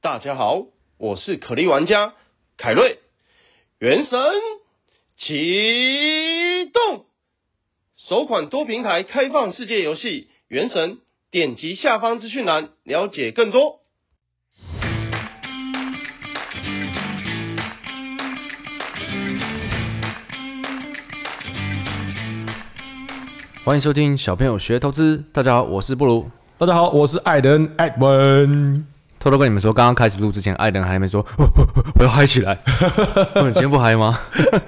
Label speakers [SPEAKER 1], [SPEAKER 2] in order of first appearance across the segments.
[SPEAKER 1] 大家好，我是可莉玩家凯瑞。原神启动，首款多平台开放世界游戏《原神》，点击下方资讯栏了解更多。
[SPEAKER 2] 欢迎收听小朋友学投资。大家好，我是布鲁。
[SPEAKER 3] 大家好，我是艾登艾文。
[SPEAKER 2] 偷偷跟你们说，刚刚开始录之前，艾伦还没说， 哦哦哦我要嗨 起来。 哦你今天不嗨吗？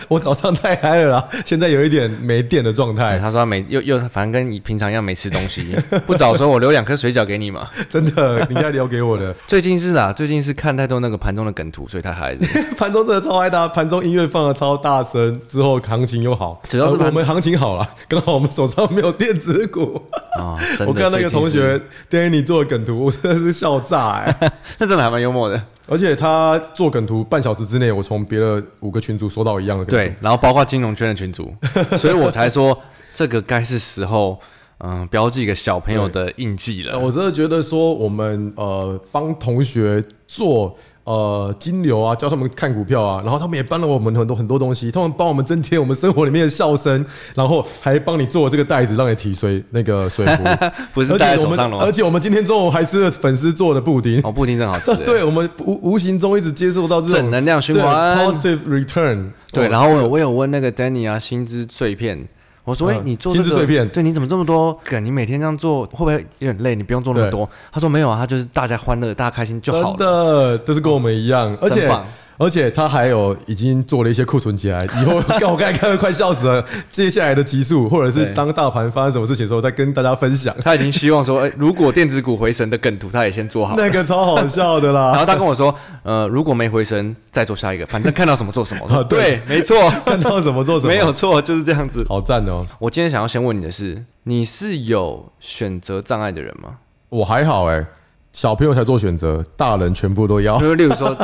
[SPEAKER 3] 我早上太嗨了啦，现在有一点没电的状
[SPEAKER 2] 哎
[SPEAKER 3] 态，
[SPEAKER 2] 他说他没又又反正跟你平常一样没吃东西。不早说，我留两颗水饺给你 嘛。
[SPEAKER 3] 真的，你应该留给 我的。
[SPEAKER 2] 最近是啦，最近是看太多那个盘中的梗图，所以太 嗨了。
[SPEAKER 3] 盘中真的超嗨的，盘中音乐放的超大声，之后行情又好，
[SPEAKER 2] 主要是
[SPEAKER 3] 呃
[SPEAKER 2] 盘
[SPEAKER 3] 我们行情好了，刚好我们手上没有电子股。
[SPEAKER 2] 哦真的
[SPEAKER 3] 我看那个同
[SPEAKER 2] 最
[SPEAKER 3] 学 Danny 做的梗图，我真的是笑炸哎、
[SPEAKER 2] 那真的还蛮幽默 的。
[SPEAKER 3] 而且他做梗图半小时之内，我从别的五个群组收到一样的梗
[SPEAKER 2] 对
[SPEAKER 3] 图。，
[SPEAKER 2] 然后包括金融圈的群 主，所以我才说这个该是时候，嗯，标记给小朋友的印记
[SPEAKER 3] 呃
[SPEAKER 2] 了。，
[SPEAKER 3] 我真的觉得说，我们呃帮同学做呃金流啊，教他们看股票啊，然后他们也帮了我们很多很多东西，他们帮我们增添我们生活里面的笑声，然后还帮你做这个袋子让你提水那个水壶
[SPEAKER 2] 不是
[SPEAKER 3] 而且
[SPEAKER 2] 戴在手
[SPEAKER 3] 我们
[SPEAKER 2] 上的吗
[SPEAKER 3] 而且我们今天中午还吃了粉丝做的布丁。。
[SPEAKER 2] 哦，布丁真好吃
[SPEAKER 3] 对，我们无无形中一直接受到这种
[SPEAKER 2] 正能量循环
[SPEAKER 3] 对 positive return。
[SPEAKER 2] 对，
[SPEAKER 3] 哦
[SPEAKER 2] 然后我有我有问那个 Danny 啊，薪资碎片，我说，哎、
[SPEAKER 3] 嗯
[SPEAKER 2] 你做、这个、
[SPEAKER 3] 薪资碎片
[SPEAKER 2] 对，你怎么这么多梗？你每天这样做会不会有点累？你不用做那么
[SPEAKER 3] 对
[SPEAKER 2] 多。他说没有啊，他就是大家欢乐，大家开心就好
[SPEAKER 3] 真
[SPEAKER 2] 了。哦
[SPEAKER 3] 的，都是跟我们一样，而
[SPEAKER 2] 真
[SPEAKER 3] 且
[SPEAKER 2] 棒
[SPEAKER 3] 而且他还有已经做了一些库存起来，以后干我刚才看的快笑死了。接下来的集数，或者
[SPEAKER 2] 对
[SPEAKER 3] 是当大盘发生什么事情的时候，再跟大家分享，
[SPEAKER 2] 他已经希望说，哎、如果电子股回神的梗图，他也先做好了。
[SPEAKER 3] 那个超好笑 的
[SPEAKER 2] 然后
[SPEAKER 3] 啦。
[SPEAKER 2] 他跟我说，呃，如果没回神，再做下一个，反正看到什么做 什么。我说
[SPEAKER 3] 啊
[SPEAKER 2] 对
[SPEAKER 3] 对，
[SPEAKER 2] 没错，
[SPEAKER 3] 看到什么做什么
[SPEAKER 2] 没有错，就是这样子。
[SPEAKER 3] 好赞哦！
[SPEAKER 2] 我今天想要先问你的是，你是有选择障碍的人吗？
[SPEAKER 3] 我还好哎、小朋友才做选择，大人全部都要
[SPEAKER 2] 就。是例如 说，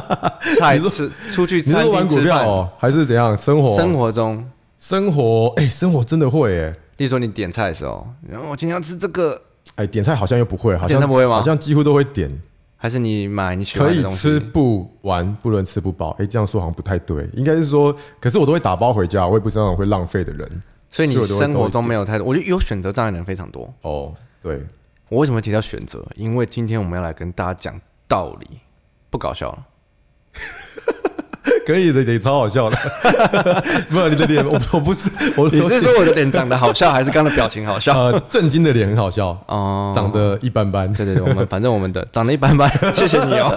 [SPEAKER 2] 菜
[SPEAKER 3] 哦你说
[SPEAKER 2] 吃出去
[SPEAKER 3] 你是
[SPEAKER 2] 餐
[SPEAKER 3] 玩
[SPEAKER 2] 厅
[SPEAKER 3] 股
[SPEAKER 2] 吃
[SPEAKER 3] 票
[SPEAKER 2] 饭，
[SPEAKER 3] 哦，还是怎样？生活
[SPEAKER 2] 生活中
[SPEAKER 3] 生活哎、生活真的会哎、
[SPEAKER 2] 例如说你点菜的时候，然后我今天要吃这个，
[SPEAKER 3] 哎、点菜好像又不会，好像
[SPEAKER 2] 点菜不会吗
[SPEAKER 3] 好像几乎都会点。
[SPEAKER 2] 还是你买你喜
[SPEAKER 3] 可
[SPEAKER 2] 欢的
[SPEAKER 3] 以
[SPEAKER 2] 东西？
[SPEAKER 3] 吃不完，不能吃不饱。哎、这样说好像不太对，应该是说，可是我都会打包回家，我也不是那种会浪费的人。
[SPEAKER 2] 所以你
[SPEAKER 3] 所以我都会
[SPEAKER 2] 生活中没有太多，我觉得有选择障碍的人非常多。
[SPEAKER 3] 哦，对，
[SPEAKER 2] 我为什么会提到选择？因为今天我们要来跟大家讲道理，不搞 笑了。
[SPEAKER 3] 可以的，也超好笑的。 不，你的脸，我我不是，我
[SPEAKER 2] 你是说我的脸长得好笑，还是刚刚的表情好 笑？
[SPEAKER 3] 呃震惊的脸很好笑，
[SPEAKER 2] 哦
[SPEAKER 3] 长得一般般。
[SPEAKER 2] 对对对，我们反正我们 的长得一般般，谢谢你哦。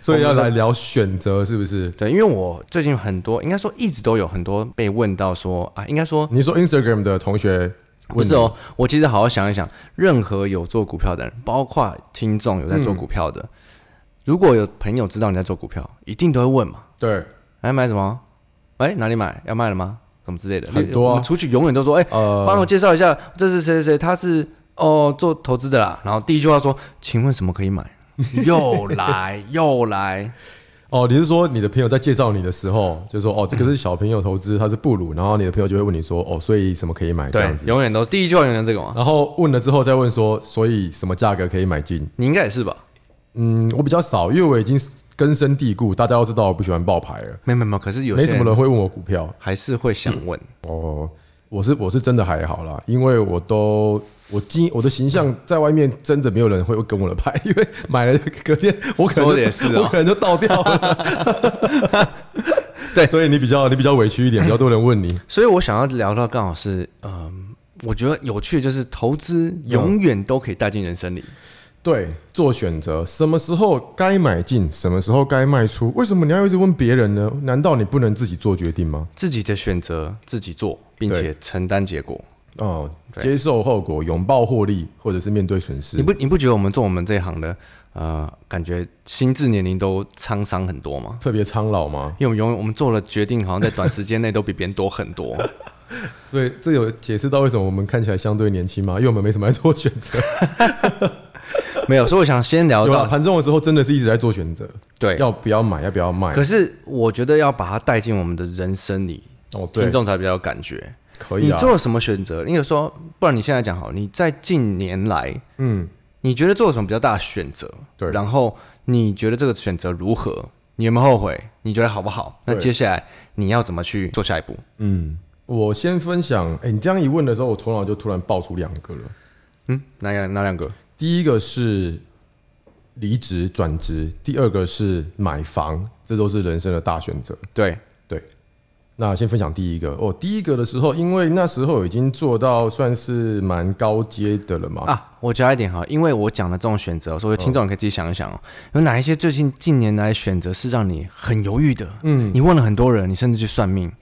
[SPEAKER 3] 所以要来聊选择是不是？
[SPEAKER 2] 对，因为我最近很多，应该说一直都有很多被问到说啊，应该说
[SPEAKER 3] 你说 Instagram 的同学
[SPEAKER 2] 不
[SPEAKER 3] 问
[SPEAKER 2] 是哦，我其实好好想一想，任何有做股票的人，包括听众有在做股票的，如果有朋友知道你在做股票，一定都会问嘛，
[SPEAKER 3] 你，对，
[SPEAKER 2] 哎买什么？哎哪里买？要卖了吗？什么之类的，
[SPEAKER 3] 很多啊
[SPEAKER 2] 我们出去永远都说，哎、
[SPEAKER 3] 呃
[SPEAKER 2] 帮我介绍一下，这是谁谁谁，他是哦做投资的啦。然后第一句话说，请问什么可以 买？又来又来，
[SPEAKER 3] 哦，你是说你的朋友在介绍你的时候，就说哦，这个是小朋友投资，他是布鲁，然后你的朋友就会问你说，哦，所以什么可以买这
[SPEAKER 2] 对呃
[SPEAKER 3] 样，子？
[SPEAKER 2] 永远都第一句话永远这个嘛。
[SPEAKER 3] 然后问了之后再问说，所以什么价格可以买进？
[SPEAKER 2] 你应该也是吧？
[SPEAKER 3] 嗯，我比较少，因为我已经根深蒂固，大家都知道我不喜欢爆牌了，
[SPEAKER 2] 没有没有没有，可是有些
[SPEAKER 3] 没什么
[SPEAKER 2] 人
[SPEAKER 3] 人会问我股票。
[SPEAKER 2] 还是会想问。
[SPEAKER 3] 哦，我是我是真的还好啦，因为我都我经我的形象在外面真的没有人会跟我的牌，因为买了隔天我可
[SPEAKER 2] 说
[SPEAKER 3] 能就
[SPEAKER 2] 的也是哦
[SPEAKER 3] 我可能就倒掉了。
[SPEAKER 2] 对
[SPEAKER 3] 所以你比较你比较委屈一点，比较多人问你。
[SPEAKER 2] 所以我想要聊到刚好是，嗯、我觉得有趣的就是投
[SPEAKER 3] 嗯
[SPEAKER 2] 资永远都可以带进人生里。
[SPEAKER 3] 对，做选择，什么时候该买进，什么时候该卖出，为什么你要一直问别人呢？难道你不能自己做决定吗？
[SPEAKER 2] 自己的选择自己做，并且
[SPEAKER 3] 对
[SPEAKER 2] 承担结果。
[SPEAKER 3] 哦，
[SPEAKER 2] 对
[SPEAKER 3] 接受后果，拥抱获利，或者是面对损失。
[SPEAKER 2] 你不你不觉得我们做我们这一行的，呃，感觉心智年龄都沧桑很多吗？
[SPEAKER 3] 特别苍老吗？
[SPEAKER 2] 因为我们永远我们做了决定，好像在短时间内都比别人多很 多。
[SPEAKER 3] 所以这有解释到为什么我们看起来相对年轻吗？因为我们没什么在做选择。
[SPEAKER 2] 没有，所以我想先聊
[SPEAKER 3] 有
[SPEAKER 2] 到，
[SPEAKER 3] 啦，盘中的时候真的是一直在做选择，
[SPEAKER 2] 对，
[SPEAKER 3] 要不要买，要不要卖？
[SPEAKER 2] 可是我觉得要把它带进我们的人生里，
[SPEAKER 3] 哦，对
[SPEAKER 2] 听，众才比较有感觉。
[SPEAKER 3] 可以
[SPEAKER 2] 你
[SPEAKER 3] 啊。
[SPEAKER 2] 做了什么选择？因为说，不然你现在讲好，你在近年来
[SPEAKER 3] 嗯，
[SPEAKER 2] 你你觉得做了什么比较大的选择？
[SPEAKER 3] 对
[SPEAKER 2] 然后你觉得这个选择如何？你有没有后悔？你觉得好不好？那
[SPEAKER 3] 对
[SPEAKER 2] 接下来你要怎么去做下一步？
[SPEAKER 3] 嗯，我先分享，哎、你这样一问的时候，我头脑就突然爆出两个了。
[SPEAKER 2] 嗯，哪两哪两个？
[SPEAKER 3] 第一个是离职转职，第二个是买房，这都是人生的大选择。
[SPEAKER 2] 对，
[SPEAKER 3] 对，那先分享第一个。哦，第一个的时候，因为那时候已经做到算是蛮高阶的了嘛。
[SPEAKER 2] 啊，我加一点哈，因为我讲的这种选择，所以听众也可以自己想一想哦，有哪一些最近近年来选择是让你很犹豫的？
[SPEAKER 3] 嗯
[SPEAKER 2] 你问了很多人，你甚至去算命，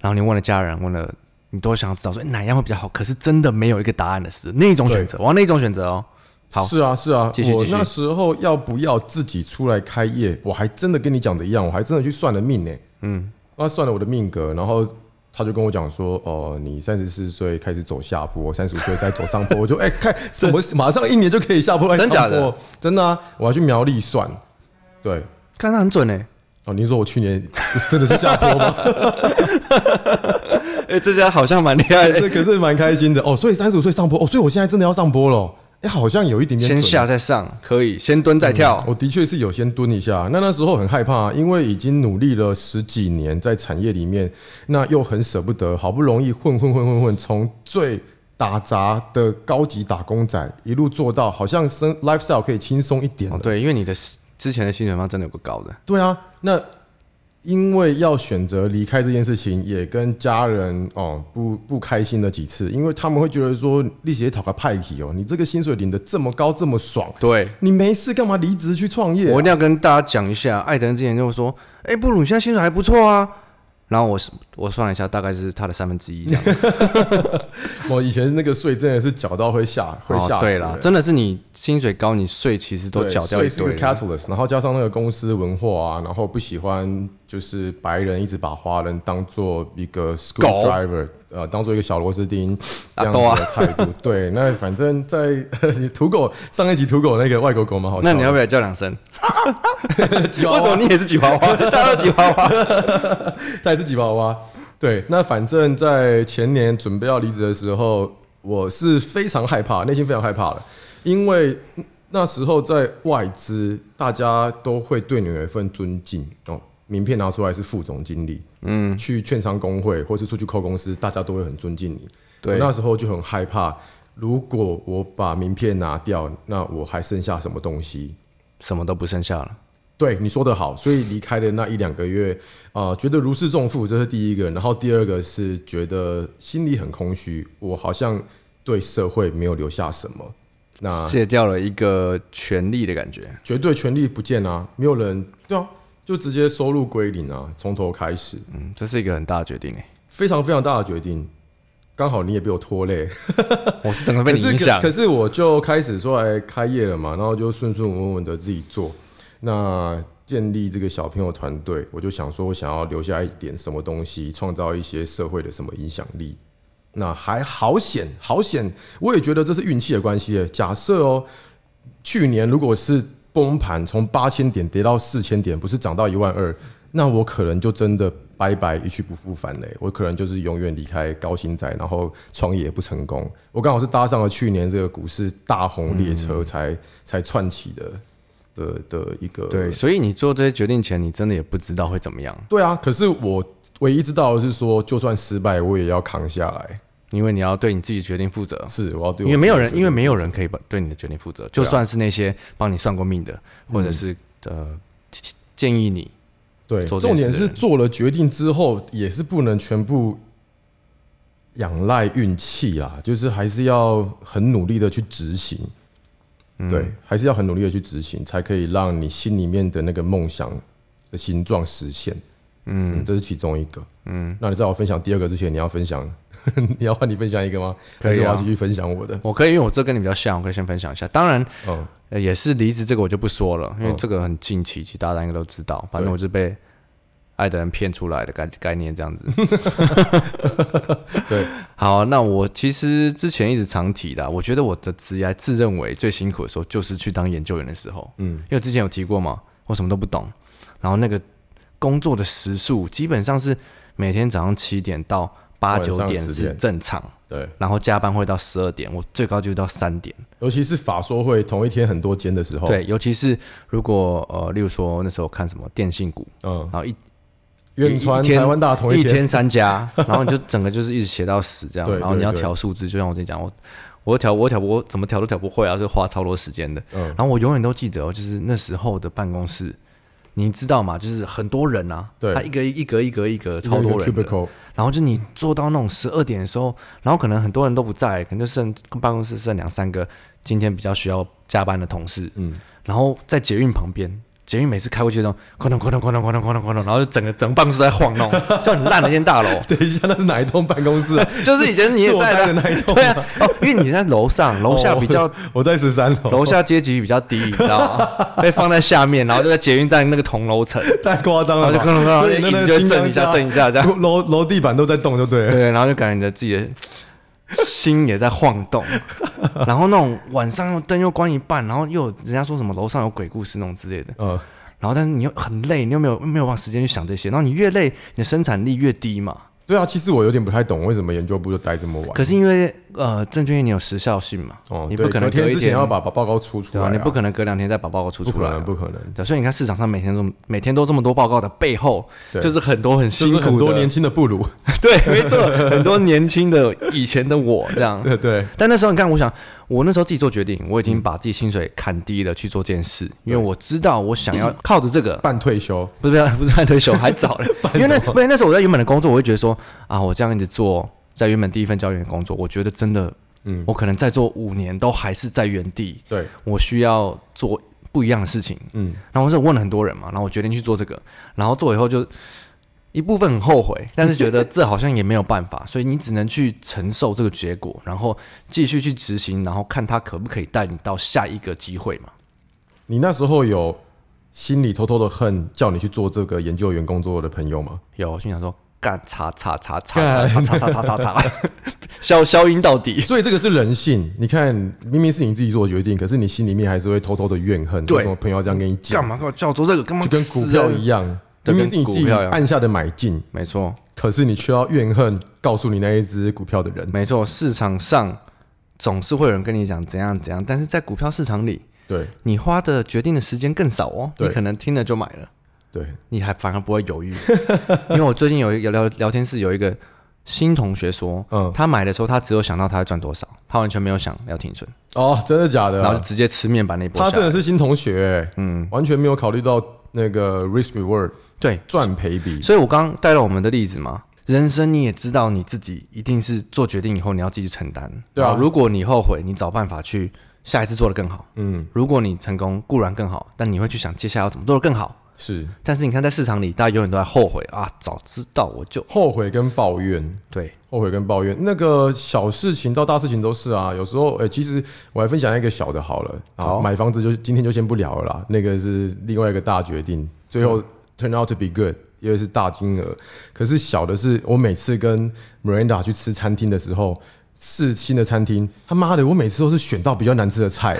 [SPEAKER 2] 然后你问了家人，问了你都想要知道说哎哪样会比较好，可是真的没有一个答案的是那种选择，往那种选择哦。好，
[SPEAKER 3] 是啊，是啊
[SPEAKER 2] 继，续
[SPEAKER 3] 我
[SPEAKER 2] 继续
[SPEAKER 3] 那时候要不要自己出来开业，我还真的跟你讲的一样，我还真的去算了命呢、
[SPEAKER 2] 嗯，
[SPEAKER 3] 那算了我的命格，然后他就跟我讲说，哦、你三十四岁开始走下坡，三十五岁再走上坡，我就哎、看 什么马上一年就可以下坡，哎
[SPEAKER 2] 真假的
[SPEAKER 3] 上坡？真的啊，我要去苗栗算，对，
[SPEAKER 2] 看他很准哎、
[SPEAKER 3] 哦，你说我去年 不是真的是下坡 吗？
[SPEAKER 2] 欸， 哎、 这家好像蛮厉害
[SPEAKER 3] 这
[SPEAKER 2] 的，
[SPEAKER 3] 可是蛮开心的哦，所以三十五岁上坡，哦，所以我现在真的要上坡了，哎、好像有一点点
[SPEAKER 2] 先
[SPEAKER 3] 准啊
[SPEAKER 2] 下再上，可以，先蹲再跳。
[SPEAKER 3] 我哦的确是有先蹲一下，那那时候很害怕，啊因为已经努力了十几年在产业里面，那又很舍不得，好不容易混混混混混，从最打杂的高级打工仔一路做到好像生 lifestyle 可以轻松一点了
[SPEAKER 2] 哦，对，因为你的之前的薪水方真的有个高的，
[SPEAKER 3] 对啊，那因为要选择离开这件事情，也跟家人哦不不开心了几次，因为他们会觉得说，丽姐讨个派系哦，你这个薪水领的这么高这么爽，
[SPEAKER 2] 对。
[SPEAKER 3] 你没事干嘛离职去创业啊、
[SPEAKER 2] 我一定要跟大家讲一下，艾德之前就说，哎、布鲁你现在薪水还不错啊。 然后我是我算了一下，大概是他的三分之一这 样。
[SPEAKER 3] 我哦以前那个税真的是缴到会吓会吓、
[SPEAKER 2] 哦、对啦，真的是你薪水高，你税其实都
[SPEAKER 3] 对
[SPEAKER 2] 缴掉一
[SPEAKER 3] 税是一
[SPEAKER 2] 堆
[SPEAKER 3] 个
[SPEAKER 2] 了。
[SPEAKER 3] catalyst，然后加上那个公司文化啊，然后不喜欢就是白人一直把华人当做一个 screwdriver，呃，当做一个小螺丝钉这样子
[SPEAKER 2] 啊
[SPEAKER 3] 的态度。对，那反正在 你土狗上一集土狗那个外国狗蛮好笑的，
[SPEAKER 2] 那你要不要叫两 声？
[SPEAKER 3] 吉娃娃
[SPEAKER 2] 为什么你也是吉娃娃？ 大家都吉娃娃。
[SPEAKER 3] 带自己娃娃。对，那反正在前年准备要离职的时候，我是非常害怕，内心非常害怕的，因为那时候在外资，大家都会对你有一份尊敬哦，名片拿出来是副总经理，
[SPEAKER 2] 嗯，
[SPEAKER 3] 去券商工会或是出去扣公司，大家都会很尊敬你。
[SPEAKER 2] 对
[SPEAKER 3] 我那时候就很害怕，如果我把名片拿掉，那我还剩下什么东西？
[SPEAKER 2] 什么都不剩下了。
[SPEAKER 3] 对你说的好，所以离开的那一两个月，啊、觉得如释重负，这是第一个。然后第二个是觉得心里很空虚，我好像对社会没有留下什么。那
[SPEAKER 2] 卸掉了一个权利的感觉。
[SPEAKER 3] 绝对权力不见啊，没有人对啊，就直接收入归零啊，从头开始，
[SPEAKER 2] 嗯，这是一个很大的决定欸诶。
[SPEAKER 3] 非常非常大的决定。刚好你也被我拖累，
[SPEAKER 2] 我是整个被你
[SPEAKER 3] 可是
[SPEAKER 2] 影响
[SPEAKER 3] 可。可是我就开始说，哎，开业了嘛，然后就顺顺稳稳的自己做，那建立这个小朋友团队，我就想说，我想要留下一点什么东西，创造一些社会的什么影响力。那还好险，好险！我也觉得这是运气的关系耶。假设哦，去年如果是崩盘，从八千点跌到四千点，不是涨到一万二，那我可能就真的拜拜，一去不复返嘞。我可能就是永远离开高薪仔，然后创业也不成功。我刚好是搭上了去年这个股市大红列车才、才窜起的的的一个
[SPEAKER 2] 嗯对，所以你做这些决定前，你真的也不知道会怎么样，
[SPEAKER 3] 对啊。可是我唯一知道的是说，就算失败，我也要扛下来。
[SPEAKER 2] 因为你要对你自己决定负责。
[SPEAKER 3] 是，我要对
[SPEAKER 2] 因
[SPEAKER 3] 我
[SPEAKER 2] 为没有
[SPEAKER 3] 自
[SPEAKER 2] 人，
[SPEAKER 3] 己
[SPEAKER 2] 因为没有人可以把对你的啊嗯决定负责，就算是那些帮你算过命的，或者是呃建建议你，
[SPEAKER 3] 对，
[SPEAKER 2] 做这
[SPEAKER 3] 重
[SPEAKER 2] 件
[SPEAKER 3] 点
[SPEAKER 2] 事
[SPEAKER 3] 是
[SPEAKER 2] 的人
[SPEAKER 3] 做了决定之后，也是不能全部仰赖运气啊，就是还是要很努力的去执行。
[SPEAKER 2] 嗯
[SPEAKER 3] 对，，还是要很努力的去执行，才可以让你心里面的那个梦想的形状实现。嗯，
[SPEAKER 2] 嗯
[SPEAKER 3] 这是其中一个。
[SPEAKER 2] 嗯，
[SPEAKER 3] 那你在我分享第二个之前，你要分享， 你要换你分享一个吗？
[SPEAKER 2] 可以啊
[SPEAKER 3] 还是我要继续分享我的。
[SPEAKER 2] 我可以，因为我这跟你比较像，我可以先分享一下。当然，
[SPEAKER 3] 嗯，
[SPEAKER 2] 呃也是离职这个我就不说了，因为
[SPEAKER 3] 嗯
[SPEAKER 2] 这个很近期，其实大家应该都知道。反正我是被爱的人骗出来的概概念这样子。
[SPEAKER 3] 对，
[SPEAKER 2] 好，那我其实之前一直常提的啊，我觉得我的职业自认为最辛苦的时候，就是去当研究员的时候。
[SPEAKER 3] 嗯
[SPEAKER 2] 因为之前有提过嘛，我什么都不懂，然后那个工作的时数基本上是每天早上七点到八
[SPEAKER 3] 晚
[SPEAKER 2] 九
[SPEAKER 3] 上
[SPEAKER 2] 点
[SPEAKER 3] 10
[SPEAKER 2] 是
[SPEAKER 3] 点
[SPEAKER 2] 正常，
[SPEAKER 3] 对，
[SPEAKER 2] 然后加班会到十二点，我最高就到三点。
[SPEAKER 3] 尤其是法说会同一天很多间的时候，，
[SPEAKER 2] 对，尤其是如果呃，例如说那时候看什么电信股，
[SPEAKER 3] 嗯
[SPEAKER 2] 然，后一
[SPEAKER 3] 远传
[SPEAKER 2] 一天
[SPEAKER 3] 台湾大同
[SPEAKER 2] 一
[SPEAKER 3] 天，
[SPEAKER 2] 天三 家，然后你就整个就是一直写到死这样，
[SPEAKER 3] 对
[SPEAKER 2] 然后你
[SPEAKER 3] 对
[SPEAKER 2] 要
[SPEAKER 3] 对
[SPEAKER 2] 调数字，就像我之前讲，我我调我调不我怎么调都调不会啊，就花超多时间的。
[SPEAKER 3] 嗯
[SPEAKER 2] 然后我永远都记得、哦，就是那时候的办公室，你知道吗？就是很多人啊，
[SPEAKER 3] 对
[SPEAKER 2] 他一个一格一格一格
[SPEAKER 3] 一个
[SPEAKER 2] 超多人的
[SPEAKER 3] cubicle
[SPEAKER 2] 然后就你做到那种十二点的时候，然后可能很多人都不在，可能就剩办公室剩两三个今天比较需要加班的同事，
[SPEAKER 3] 嗯，。
[SPEAKER 2] 然后在捷运旁边，捷运每次开过去都哐当哐当哐当哐当哐当哐当，然后就整个整个办公室在晃动，就很烂的一间大楼
[SPEAKER 3] 等一下，那是哪一栋办公 室啊？
[SPEAKER 2] 就是以前你也
[SPEAKER 3] 是我
[SPEAKER 2] 在
[SPEAKER 3] 待的那一栋
[SPEAKER 2] 对啊，哦，因为你在楼上，楼下比较
[SPEAKER 3] 哦，我在十三楼，
[SPEAKER 2] 楼下阶级比较低，你知道 吗？被放在下面，然后就在捷运站那个同楼层，
[SPEAKER 3] 太夸张了吧，
[SPEAKER 2] 然后就哐哐哐
[SPEAKER 3] 所以啊那
[SPEAKER 2] 一
[SPEAKER 3] 个
[SPEAKER 2] 直就
[SPEAKER 3] 清
[SPEAKER 2] 震
[SPEAKER 3] 江
[SPEAKER 2] 一下
[SPEAKER 3] 家
[SPEAKER 2] 震一下这样
[SPEAKER 3] 楼楼地板都在动，就对了，
[SPEAKER 2] 对，然后就感觉自己的心也在晃 动，然后那种晚上又灯又关一半，然后又有人家说什么楼上有鬼故事那种之类的，
[SPEAKER 3] 嗯，
[SPEAKER 2] 然后但是你又很累，你又没有没有办法时间去想这些，然后你越累，你的生产力越低嘛。
[SPEAKER 3] 对啊，其实我有点不太懂为什么研究部就待这么晚，
[SPEAKER 2] 可是因为呃，证券业你有时效性嘛，
[SPEAKER 3] 哦，
[SPEAKER 2] 你不
[SPEAKER 3] 对
[SPEAKER 2] 可能
[SPEAKER 3] 隔
[SPEAKER 2] 隔
[SPEAKER 3] 天
[SPEAKER 2] 一
[SPEAKER 3] 之前要把把报告出出
[SPEAKER 2] 对
[SPEAKER 3] 来
[SPEAKER 2] 吧？
[SPEAKER 3] 啊，
[SPEAKER 2] 你不可能隔两天再把报告出
[SPEAKER 3] 不
[SPEAKER 2] 出
[SPEAKER 3] 可
[SPEAKER 2] 来
[SPEAKER 3] 能，
[SPEAKER 2] 啊，
[SPEAKER 3] 不可能。
[SPEAKER 2] 对，所以你看市场上每天这么每天都这么多报告的背后，
[SPEAKER 3] 对
[SPEAKER 2] 就是很多很
[SPEAKER 3] 就
[SPEAKER 2] 辛苦
[SPEAKER 3] 是
[SPEAKER 2] 的，
[SPEAKER 3] 很多年轻的布鲁，
[SPEAKER 2] 对，没错，很多年轻的以前的我这样。
[SPEAKER 3] 对嗯对，
[SPEAKER 2] 但那时候你看，我想我那时候自己做决定，我已经把自己薪水砍低了去做这件事，因为我知道我想要靠着这个
[SPEAKER 3] 半退休，
[SPEAKER 2] 不是不是半退休，还早了
[SPEAKER 3] 半。
[SPEAKER 2] 因为那
[SPEAKER 3] 什么
[SPEAKER 2] 不是那时候我在原本的工作，我会觉得说啊，我这样一直做，在原本第一份教员的工作，我觉得真的，
[SPEAKER 3] 嗯
[SPEAKER 2] 我可能再做五年都还是在原地。
[SPEAKER 3] 对，
[SPEAKER 2] 我需要做不一样的事情。
[SPEAKER 3] 嗯，
[SPEAKER 2] 然后我是问了很多人嘛，然后我决定去做这个，然后做以后就一部分很后悔，但是觉得这好像也没有办法，所以你只能去承受这个结果，然后继续去执行，然后看它可不可以带你到下一个机会嘛。
[SPEAKER 3] 你那时候有心里偷偷的恨叫你去做这个研究员工作的朋友吗？
[SPEAKER 2] 有，我心想说干叉叉叉叉叉叉叉叉叉叉，消消音到底。
[SPEAKER 3] 所以这个是人性，你看明明是你自己做决定，可是你心里面还是会偷偷的怨恨，
[SPEAKER 2] 对
[SPEAKER 3] 为什么朋友这样跟你讲？
[SPEAKER 2] 干嘛？跟我叫我做这个？干嘛
[SPEAKER 3] 就跟股
[SPEAKER 2] 死
[SPEAKER 3] 票
[SPEAKER 2] 人
[SPEAKER 3] 一？样，
[SPEAKER 2] 对
[SPEAKER 3] 明
[SPEAKER 2] 跟
[SPEAKER 3] 明是你自
[SPEAKER 2] 股
[SPEAKER 3] 己
[SPEAKER 2] 票一样
[SPEAKER 3] 按下的买进，
[SPEAKER 2] 没错，
[SPEAKER 3] 可是你却要怨恨告诉你那一只股票的人。
[SPEAKER 2] 没错，市场上总是会有人跟你讲怎样怎样，但是在股票市场里，
[SPEAKER 3] 对
[SPEAKER 2] 你花的决定的时间更少哦，你
[SPEAKER 3] 对
[SPEAKER 2] 可能听了就买了，
[SPEAKER 3] 对，
[SPEAKER 2] 你还反而不会犹豫。因为我最近有一有聊聊天室有一个新同学说，
[SPEAKER 3] 嗯
[SPEAKER 2] 他买的时候他只有想到他会赚多少，他完全没有想要停损，
[SPEAKER 3] 哦，真的假的
[SPEAKER 2] 然后
[SPEAKER 3] 啊、
[SPEAKER 2] 就直接吃面板那一波
[SPEAKER 3] 他
[SPEAKER 2] 下
[SPEAKER 3] 真的
[SPEAKER 2] 来。
[SPEAKER 3] 是新同学、欸，
[SPEAKER 2] 嗯，
[SPEAKER 3] 完全没有考虑到那个 risk reward
[SPEAKER 2] 对，
[SPEAKER 3] 赚赔比。
[SPEAKER 2] 所以我刚刚带了我们的例子嘛，人生你也知道你自己一定是做决定以后你要自己承担，
[SPEAKER 3] 对啊
[SPEAKER 2] 然后如果你后悔，你找办法去下一次做得更好。
[SPEAKER 3] 嗯，
[SPEAKER 2] 如果你成功固然更好，但你会去想接下来要怎么做得更好。
[SPEAKER 3] 是
[SPEAKER 2] 但是你看，在市场里，大家永远都在后悔啊，早知道我就
[SPEAKER 3] 后悔跟抱怨。
[SPEAKER 2] 对，
[SPEAKER 3] 后悔跟抱怨，那个小事情到大事情都是啊。有时候，诶、其实我来分享一个小的好了。啊
[SPEAKER 2] 好
[SPEAKER 3] 买房子就今天就先不聊了啦，那个是另外一个大决定，最
[SPEAKER 2] 嗯
[SPEAKER 3] 后 turn out to be good，因为是大金额。可是小的是，我每次跟 Miranda 去吃餐厅的时候。试新的餐厅，他妈的，我每次都是选到比较难吃 的菜，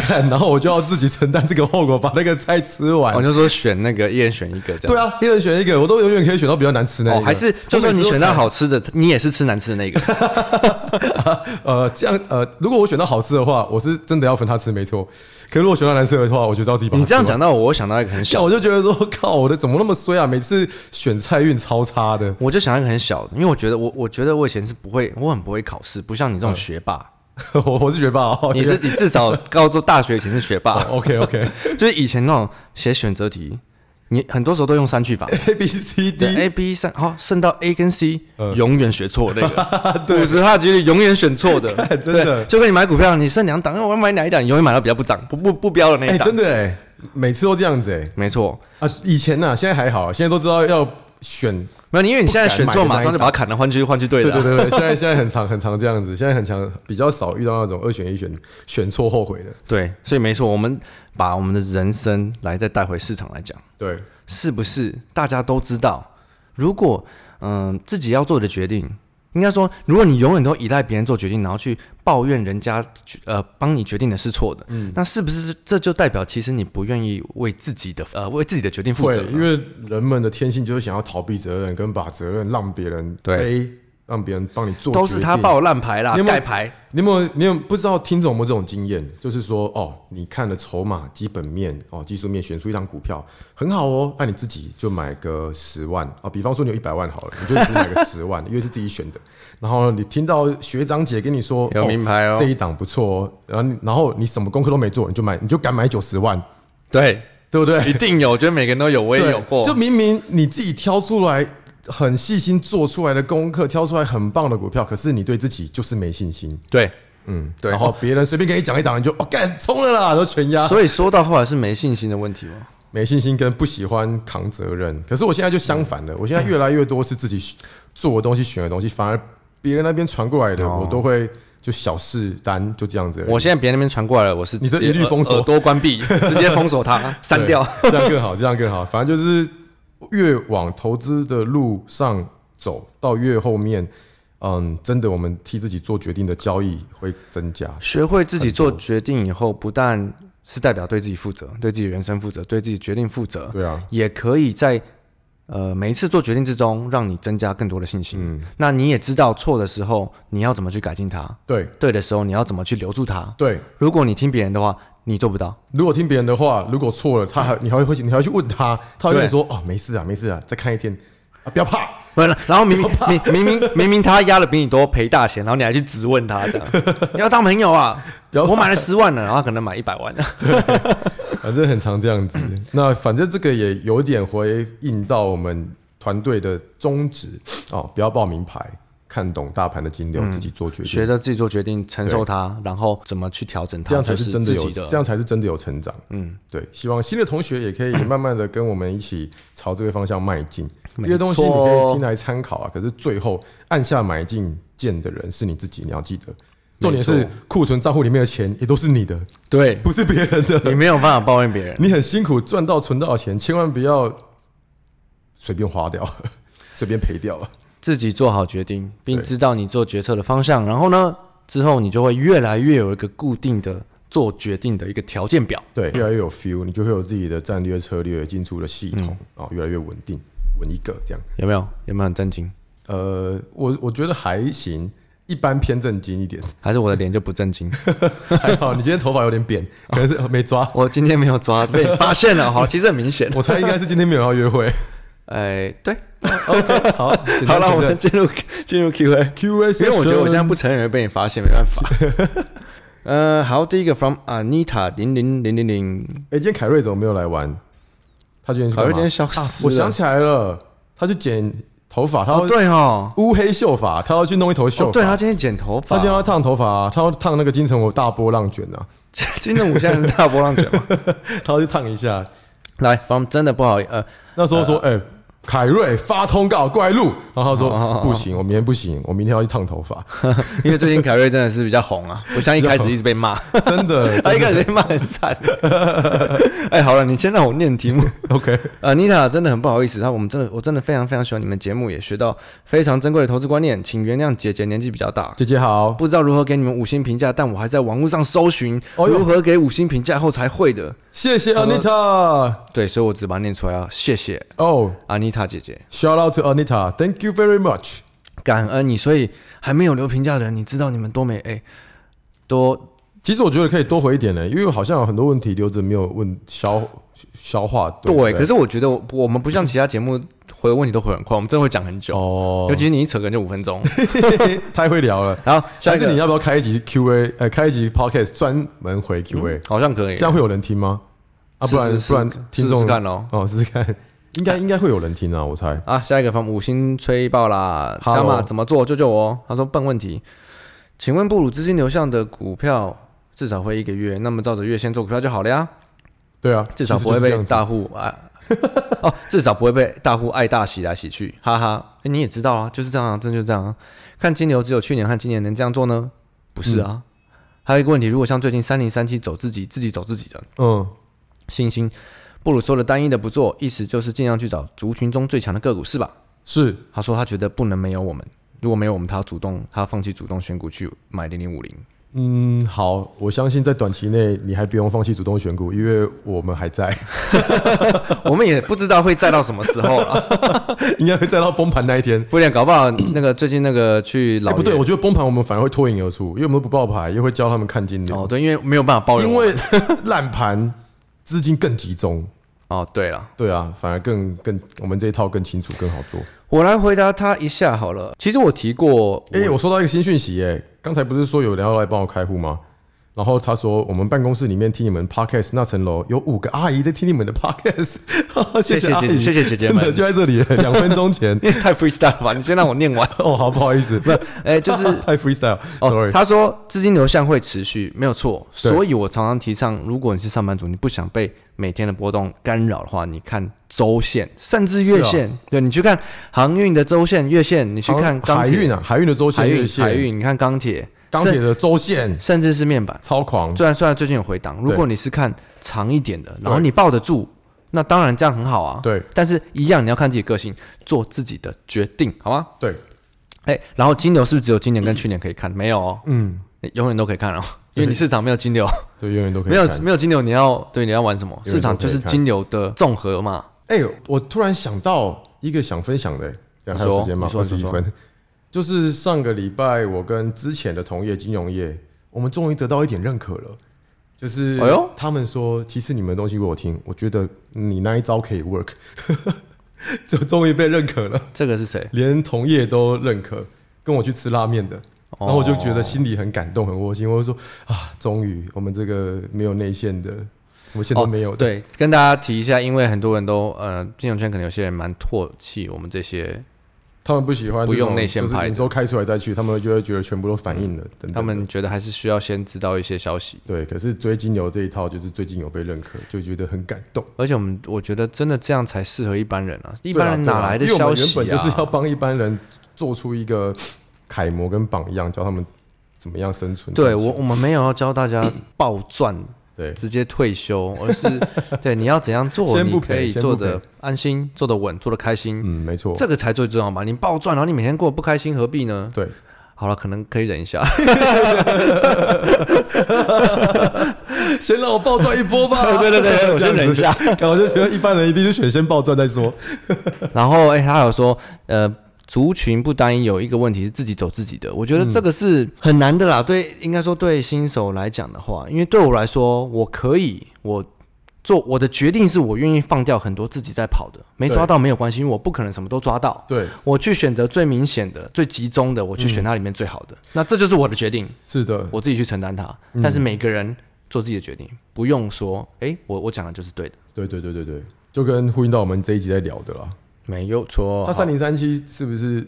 [SPEAKER 3] 看然后我就要自己承担这个后果，把那个菜吃完
[SPEAKER 2] 我。啊就说选那个一人选一个这样。
[SPEAKER 3] 对啊，一人选一个，我都永远可以选到比较难吃那一个。
[SPEAKER 2] 哦，还是就算你选到好吃的，你也是吃难吃的那 个。
[SPEAKER 3] 呃，这样呃，如果我选到好吃的话，我是真的要分他吃，没错。可是如果选到难吃的话，我就知道自己把它
[SPEAKER 2] 你这样
[SPEAKER 3] 吃完
[SPEAKER 2] 讲到我，我想到一个很
[SPEAKER 3] 那
[SPEAKER 2] 小
[SPEAKER 3] 我
[SPEAKER 2] 的，
[SPEAKER 3] 就觉得说，靠，我的怎么那么衰啊？每次选菜运超差的。
[SPEAKER 2] 我就想到一个很小的，因为我觉得我我觉得我以前是不会，我很不会考试，不像你这种学霸。
[SPEAKER 3] 我我是学霸哦，
[SPEAKER 2] 你 是你至少高中大学以前是学霸，
[SPEAKER 3] OK OK
[SPEAKER 2] 就是以前那种写选择题，你很多时候都用删 去法。
[SPEAKER 3] A B C
[SPEAKER 2] 对
[SPEAKER 3] D，
[SPEAKER 2] A、B 三，好，剩到 A 跟 C，、
[SPEAKER 3] 嗯
[SPEAKER 2] 永远选错那 个，五十趴几率永远选错的，
[SPEAKER 3] 看真的
[SPEAKER 2] 对就跟你买股票，你剩两档，我要买哪一档，你永远买到比较不涨、不不不标的那
[SPEAKER 3] 哎、
[SPEAKER 2] 一档。
[SPEAKER 3] 真的哎、每次都这样子哎、
[SPEAKER 2] 没错，
[SPEAKER 3] 啊，以前呐、现在还好，现在都知道要选。
[SPEAKER 2] 没有，你因为你现在选错，
[SPEAKER 3] 不敢买的那
[SPEAKER 2] 马
[SPEAKER 3] 一档
[SPEAKER 2] 上就把它砍了，换去换去对
[SPEAKER 3] 对
[SPEAKER 2] 的、
[SPEAKER 3] 对对对，现在现在很常很常这样子，现在很常比较少遇到那种二选一选选错后悔的。
[SPEAKER 2] 对所以没错，我们把我们的人生来再带回市场来讲，
[SPEAKER 3] 对，
[SPEAKER 2] 是不是大家都知道，如果嗯、自己要做的决定，应该说，如果你永远都依赖别人做决定，然后去抱怨人家呃帮你决定的是错的，
[SPEAKER 3] 嗯
[SPEAKER 2] 那是不是这就代表其实你不愿意为自己的呃为自己的决定负
[SPEAKER 3] 会
[SPEAKER 2] 责？，
[SPEAKER 3] 因为人们的天性就是想要逃避责任，跟把责任让别人
[SPEAKER 2] 对
[SPEAKER 3] 背，让别人帮你做决定，
[SPEAKER 2] 都是他报烂牌啦
[SPEAKER 3] 你有没有
[SPEAKER 2] 盖牌。
[SPEAKER 3] 你有没有？你有不知道听众有没有这种经验？就是说，哦，你看了筹码、基本面、哦技术面，选出一张股票很好哦，那你自己就买个十万啊、比方说你有一百万好了，你就只买 个十万，因为是自己选的。然后你听到学长姐跟你说，
[SPEAKER 2] 有名牌哦
[SPEAKER 3] 这一档不错哦，然后你然后你什么功课都没做，你就买，你就敢买九十万，
[SPEAKER 2] 对，
[SPEAKER 3] 对不对？
[SPEAKER 2] 一定有，我觉得每个人都有，我也
[SPEAKER 3] 对，
[SPEAKER 2] 有过。
[SPEAKER 3] 就明明你自己挑出来很细心做出来的功课，挑出来很棒的股票，可是你对自己就是没信心。
[SPEAKER 2] 对，
[SPEAKER 3] 嗯，
[SPEAKER 2] 对
[SPEAKER 3] 然后别人随便给你讲一档，你就哦干冲了啦，都全压。
[SPEAKER 2] 所以说到后来是没信心的问题吗？
[SPEAKER 3] 没信心跟不喜欢扛责任，可是我现在就相反
[SPEAKER 2] 嗯
[SPEAKER 3] 了，我现在越来越多是自己做的东西、选的东西，反而别人那边传过来的，
[SPEAKER 2] 哦
[SPEAKER 3] 我都会就小事单就这样子而已。
[SPEAKER 2] 我现在别人那边传过来了，我是
[SPEAKER 3] 你这
[SPEAKER 2] 直接
[SPEAKER 3] 一律封锁
[SPEAKER 2] 耳耳朵关闭，直接封锁 他，删掉。
[SPEAKER 3] 对这样更好，这样更好。反正就是越往投资的路上走，到越后面，嗯，真的我们替自己做决定的交易会增加。
[SPEAKER 2] 学会自己做决定以后，不但是代表对自己负责，对自己人生负责，对自己决定负责，
[SPEAKER 3] 对啊
[SPEAKER 2] 也可以在呃每一次做决定之中，让你增加更多的信心。
[SPEAKER 3] 嗯
[SPEAKER 2] 那你也知道错的时候你要怎么去改进它，
[SPEAKER 3] 对
[SPEAKER 2] 对的时候你要怎么去留住它。
[SPEAKER 3] 对，
[SPEAKER 2] 如果你听别人的话，你做不到。
[SPEAKER 3] 如果听别人的话，如果错了，他还你还会你还会去问他，他会跟你说哦没事啊没事啊，再看一天啊不要怕。
[SPEAKER 2] 不然，然后明 明明明明明明他压的比你多，赔大钱，然后你还去质问他 这样，你要当朋友啊？
[SPEAKER 3] 不要
[SPEAKER 2] 我买了十万了，然后他可能买一百万 了。
[SPEAKER 3] 反正很常这样子。 那反正这个也有点回应到我们团队的宗旨哦，不要报名牌，看懂大盘的金流，自己做决定。
[SPEAKER 2] 学着自己做决定，承受它，然后怎么去调整它，
[SPEAKER 3] 这样才
[SPEAKER 2] 就是
[SPEAKER 3] 真的
[SPEAKER 2] 自
[SPEAKER 3] 有，
[SPEAKER 2] 己的。
[SPEAKER 3] 这样才是真的有成长。
[SPEAKER 2] 嗯，
[SPEAKER 3] 对，希望新的同学也可以慢慢的跟我们一起朝这个方向迈进。
[SPEAKER 2] 没
[SPEAKER 3] 这些东西你
[SPEAKER 2] 错
[SPEAKER 3] 可以听来参考啊，可是最后按下买进键的人是你自己，你要记得。重点
[SPEAKER 2] 没
[SPEAKER 3] 是
[SPEAKER 2] 错
[SPEAKER 3] 库存账户里面的钱也都是你的，
[SPEAKER 2] 对，
[SPEAKER 3] 不是别人的。
[SPEAKER 2] 你没有办法抱怨别 人。
[SPEAKER 3] 你很辛苦赚到存到的钱，千万不要随便花掉， 随便赔掉。啊
[SPEAKER 2] 自己做好决定，并
[SPEAKER 3] 对
[SPEAKER 2] 知道你做决策的方向，然后呢，之后你就会越来越有一个固定的做决定的一个条件表。
[SPEAKER 3] 对，越来越有 feel，你就会有自己的战略、策略、进出的系统
[SPEAKER 2] 嗯
[SPEAKER 3] 啊、越来越稳定，稳一个这样。
[SPEAKER 2] 有没有？有没有很震惊？
[SPEAKER 3] 呃，我我觉得还行，一般偏正经一点，
[SPEAKER 2] 还是我的脸就不震惊？
[SPEAKER 3] 还好。你今天头发有点扁，可能是没抓。
[SPEAKER 2] 我今天没有抓，被你发现了哈，其实很明显。
[SPEAKER 3] 我猜应该是今天没有要约会。
[SPEAKER 2] 哎，对，
[SPEAKER 3] OK，好，简
[SPEAKER 2] 好
[SPEAKER 3] 单
[SPEAKER 2] 了，我
[SPEAKER 3] 简单
[SPEAKER 2] 们进入进入 Q&A。
[SPEAKER 3] Q&A，
[SPEAKER 2] 因为我觉得我现在不承认被你发现，没办 法。呃，好，第一个 from Anita 零零零零零，
[SPEAKER 3] 哎、今天凯瑞怎么没有来玩？他今天去干
[SPEAKER 2] 凯
[SPEAKER 3] 嘛
[SPEAKER 2] 瑞今天消失
[SPEAKER 3] 啊我
[SPEAKER 2] 了
[SPEAKER 3] 想起来了，他去剪头发，他要
[SPEAKER 2] 哦对哦，
[SPEAKER 3] 乌黑秀发，他要去弄一头秀发、
[SPEAKER 2] 哦对他今天剪头
[SPEAKER 3] 他
[SPEAKER 2] 发，
[SPEAKER 3] 今天 要烫头发、啊，他要烫那个金城武大波浪卷啊，
[SPEAKER 2] 金正武现在是大波浪卷嘛？
[SPEAKER 3] 他要去烫一下。
[SPEAKER 2] 来，from 真的不好意呃，
[SPEAKER 3] 那时候说，哎、凯瑞发通告过来录，然后他说、
[SPEAKER 2] 哦哦哦
[SPEAKER 3] 不行，我明天不行，我明天要去烫头发。
[SPEAKER 2] 因为最近凯瑞真的是比较红啊，不像一开始一直被 骂，
[SPEAKER 3] 真的
[SPEAKER 2] 他一开始被骂很惨。 哎，好了，你先让我念题 目。
[SPEAKER 3] OK，
[SPEAKER 2] 呃，妮塔真的很不好意思，她我们真的我真的非常非常喜欢你们节目，也学到非常珍贵的投资观念，请原谅姐姐年纪比较大，
[SPEAKER 3] 姐姐好，
[SPEAKER 2] 不知道如何给你们五星评价，但我还在网络上搜寻
[SPEAKER 3] 哦哟
[SPEAKER 2] 如何给五星评价后才会的。
[SPEAKER 3] 谢谢 Anita。
[SPEAKER 2] 对，所以我只把它念出来啊，谢谢
[SPEAKER 3] 哦、
[SPEAKER 2] 安妮塔姐姐，
[SPEAKER 3] s h o u t out to Anita，Thank you very much。
[SPEAKER 2] 感恩你。所以还没有留评价的人，你知道你们多美哎、多
[SPEAKER 3] 其实我觉得可以多回一点呢，因为好像有很多问题留着没有问消消化。对不对，
[SPEAKER 2] 可是我觉得我我们不像其他节目回的问题都回很快，我们真的会讲很久，
[SPEAKER 3] 哦，
[SPEAKER 2] 尤其是你一扯可能就五分 钟。
[SPEAKER 3] 太会聊了。
[SPEAKER 2] 好，下
[SPEAKER 3] 下
[SPEAKER 2] 一
[SPEAKER 3] 次
[SPEAKER 2] 个
[SPEAKER 3] 你要不要开一集 Q&A？呃，开一集 Podcast 专门回 Q&A，、
[SPEAKER 2] 好像可以，
[SPEAKER 3] 这样会有人听吗？啊，不
[SPEAKER 2] 嗯
[SPEAKER 3] 然
[SPEAKER 2] 试试
[SPEAKER 3] 不然
[SPEAKER 2] 试试
[SPEAKER 3] 听众
[SPEAKER 2] 试试看咯
[SPEAKER 3] 哦，试试看，应该应该会有人听啊，我猜。
[SPEAKER 2] 啊，下一个方五星吹爆啦，
[SPEAKER 3] Hello
[SPEAKER 2] 加码怎么做？救救我哦！他说笨问题，请问布鲁资金流向的股票至少会一个月，那么照着月线做股票就好了呀，
[SPEAKER 3] 对啊，
[SPEAKER 2] 至少
[SPEAKER 3] 其
[SPEAKER 2] 不
[SPEAKER 3] 实
[SPEAKER 2] 会
[SPEAKER 3] 就是这
[SPEAKER 2] 被
[SPEAKER 3] 样子
[SPEAKER 2] 大户爱， 哦，至少不会被大户爱大洗来洗去，哈哈。诶你也知道啊，就是这样啊，真的就是这样啊。看金流只有去年和今年能这样做呢？不是啊。还有一个问题，如果像最近三零三七走自己，自己走自己的，
[SPEAKER 3] 嗯，
[SPEAKER 2] 信心，布鲁说的单一的不做，意思就是尽量去找族群中最强的个股，是吧？
[SPEAKER 3] 是
[SPEAKER 2] 他说他觉得不能没有我们，如果没有我们，他主动他放弃主动选股去买零零五零。
[SPEAKER 3] 嗯，好，我相信在短期内你还不用放弃主动选股，因为我们还 在，
[SPEAKER 2] 我们也不知道会再到什么时候了，
[SPEAKER 3] 应该会再到崩盘那一天。
[SPEAKER 2] 不然搞不好那个最近那个去老
[SPEAKER 3] 哎，
[SPEAKER 2] 爷、
[SPEAKER 3] 不对，我觉得崩盘我们反而会脱颖而出，因为我们不爆牌，又会教他们看金
[SPEAKER 2] 哦
[SPEAKER 3] 牛，
[SPEAKER 2] 对，因为没有办法包容啊
[SPEAKER 3] 因
[SPEAKER 2] 我们，
[SPEAKER 3] 为 烂盘资金更集中，
[SPEAKER 2] 哦对了。
[SPEAKER 3] 对啊，反而更更我们这一套更清楚更好做。
[SPEAKER 2] 我来回答他一下好了。其实我提过，
[SPEAKER 3] 哎、我收到一个新讯息、哎，刚才不是说有人要来帮我开户吗？然后他说，我们办公室里面听你们 podcast 那层楼有五个阿姨在听你们的 podcast，谢
[SPEAKER 2] 谢
[SPEAKER 3] 阿
[SPEAKER 2] 姐姐
[SPEAKER 3] 姨，
[SPEAKER 2] 谢谢姐姐
[SPEAKER 3] 真的
[SPEAKER 2] 们。
[SPEAKER 3] 就在这里，哎两分钟前
[SPEAKER 2] 因为 太 freestyle 了吧，你先让我念完。
[SPEAKER 3] 哦，好，不好意思， 不，
[SPEAKER 2] 哎就是
[SPEAKER 3] 太 freestyle，sorry、
[SPEAKER 2] 哦，他说资金流向会持续，没有错。
[SPEAKER 3] 对
[SPEAKER 2] 所以我常常提倡，如果你是上班族，你不想被每天的波动干扰的话，你看周线，甚至月线。
[SPEAKER 3] 啊
[SPEAKER 2] 对你去看航运的周线、月线，你去看钢
[SPEAKER 3] 海
[SPEAKER 2] 铁
[SPEAKER 3] 运啊，海运的周线、
[SPEAKER 2] 海
[SPEAKER 3] 日
[SPEAKER 2] 运、
[SPEAKER 3] 线
[SPEAKER 2] 海，运，你看钢铁，
[SPEAKER 3] 钢铁的周线
[SPEAKER 2] 甚甚至是面板。
[SPEAKER 3] 超狂，
[SPEAKER 2] 虽然虽然最近有回档，如
[SPEAKER 3] 对
[SPEAKER 2] 果你是看长一点的，然后
[SPEAKER 3] 对
[SPEAKER 2] 你抱得住，那当然这样很好啊。
[SPEAKER 3] 对
[SPEAKER 2] 但是一样你要看自己个性，做自己的决定，好吗？
[SPEAKER 3] 对，
[SPEAKER 2] 哎，然后金牛是不是只有今年跟去年可以看？没有哦，
[SPEAKER 3] 嗯，
[SPEAKER 2] 永远都可以看哦，因为你市场没有金牛，
[SPEAKER 3] 对，永远都可以
[SPEAKER 2] 没有
[SPEAKER 3] 看
[SPEAKER 2] 没有金牛，你要对你要玩什么？
[SPEAKER 3] 永远都
[SPEAKER 2] 市场就是
[SPEAKER 3] 可以看
[SPEAKER 2] 金牛的综合嘛。
[SPEAKER 3] 哎、我突然想到一个想分享的、欸，这样
[SPEAKER 2] 你
[SPEAKER 3] 还有
[SPEAKER 2] 说
[SPEAKER 3] 时间吗？
[SPEAKER 2] 你说
[SPEAKER 3] 二十一
[SPEAKER 2] 你说
[SPEAKER 3] 分，就是上个礼拜我跟之前的同业金融业，我们终于得到一点认可了。就是
[SPEAKER 2] 哎呦，
[SPEAKER 3] 他们说，其实你们的东西给我听，我觉得你那一招可以 work，就终于被认可了，
[SPEAKER 2] 这个是谁？
[SPEAKER 3] 连同业都认可，跟我去吃拉面的，
[SPEAKER 2] 哦
[SPEAKER 3] 然后我就觉得心里很感动，很窝心，我就说啊，终于我们这个没有内线的，什么线都没有
[SPEAKER 2] 哦。
[SPEAKER 3] 的，
[SPEAKER 2] 对，跟大家提一下，因为很多人都呃，金融圈可能有些人蛮唾弃我们这些，
[SPEAKER 3] 他们不喜欢
[SPEAKER 2] 不
[SPEAKER 3] 这种
[SPEAKER 2] 用内线
[SPEAKER 3] 就是
[SPEAKER 2] 拍
[SPEAKER 3] 营
[SPEAKER 2] 的嗯
[SPEAKER 3] 收开出来再去，他们就会觉得全部都反映了等等的。
[SPEAKER 2] 他们觉得还是需要先知道一些消息。
[SPEAKER 3] 对，可是追金牛这一套就是最近有被认可，就觉得很感动。
[SPEAKER 2] 而且我们我觉得真的这样才适合一般人啊，一般人
[SPEAKER 3] 对啦
[SPEAKER 2] 哪来的
[SPEAKER 3] 对啦因为我
[SPEAKER 2] 消
[SPEAKER 3] 们
[SPEAKER 2] 息啊？
[SPEAKER 3] 原本就是要帮一般人做出一个楷模跟榜样，教他们怎么样生存。
[SPEAKER 2] 对
[SPEAKER 3] 赚
[SPEAKER 2] 我
[SPEAKER 3] 钱
[SPEAKER 2] 我们没有要教大家暴赚，
[SPEAKER 3] 对
[SPEAKER 2] 直接退休，而是对你要怎样做，
[SPEAKER 3] 先不
[SPEAKER 2] 你可
[SPEAKER 3] 赔
[SPEAKER 2] 以
[SPEAKER 3] 先
[SPEAKER 2] 做
[SPEAKER 3] 不
[SPEAKER 2] 的
[SPEAKER 3] 赔
[SPEAKER 2] 安心，做的稳，做的开心，
[SPEAKER 3] 嗯，没错，
[SPEAKER 2] 这个才最重要嘛。你暴赚，然后你每天过得不开心，何必呢？
[SPEAKER 3] 对。
[SPEAKER 2] 好了，可能可以忍一 下。
[SPEAKER 3] 先让我暴赚一波 吧
[SPEAKER 2] 对对对我先忍一下。
[SPEAKER 3] 然后就觉得一般人一定是选先暴赚再说。
[SPEAKER 2] 然后哎、他有说呃。族群不单一，有一个问题是自己走自己的，我觉得这个是很难的啦。对，应该说对新手来讲的话，因为对我来说，我可以，我做我的决定是我愿意放掉很多自己在跑的，没抓
[SPEAKER 3] 对
[SPEAKER 2] 到没有关系，因为我不可能什么都抓到。
[SPEAKER 3] 对，
[SPEAKER 2] 我去选择最明显的、最集中的，我去选它里面最好的。那这就是我的决定，
[SPEAKER 3] 是的，
[SPEAKER 2] 我自己去承担它。
[SPEAKER 3] 嗯
[SPEAKER 2] 但是每个人做自己的决定，不用说，哎、我我讲的就是对的，
[SPEAKER 3] 对对对对对，就跟呼应到我们这一集在聊的啦。
[SPEAKER 2] 没有错。
[SPEAKER 3] 他
[SPEAKER 2] 好
[SPEAKER 3] 三零三七是不是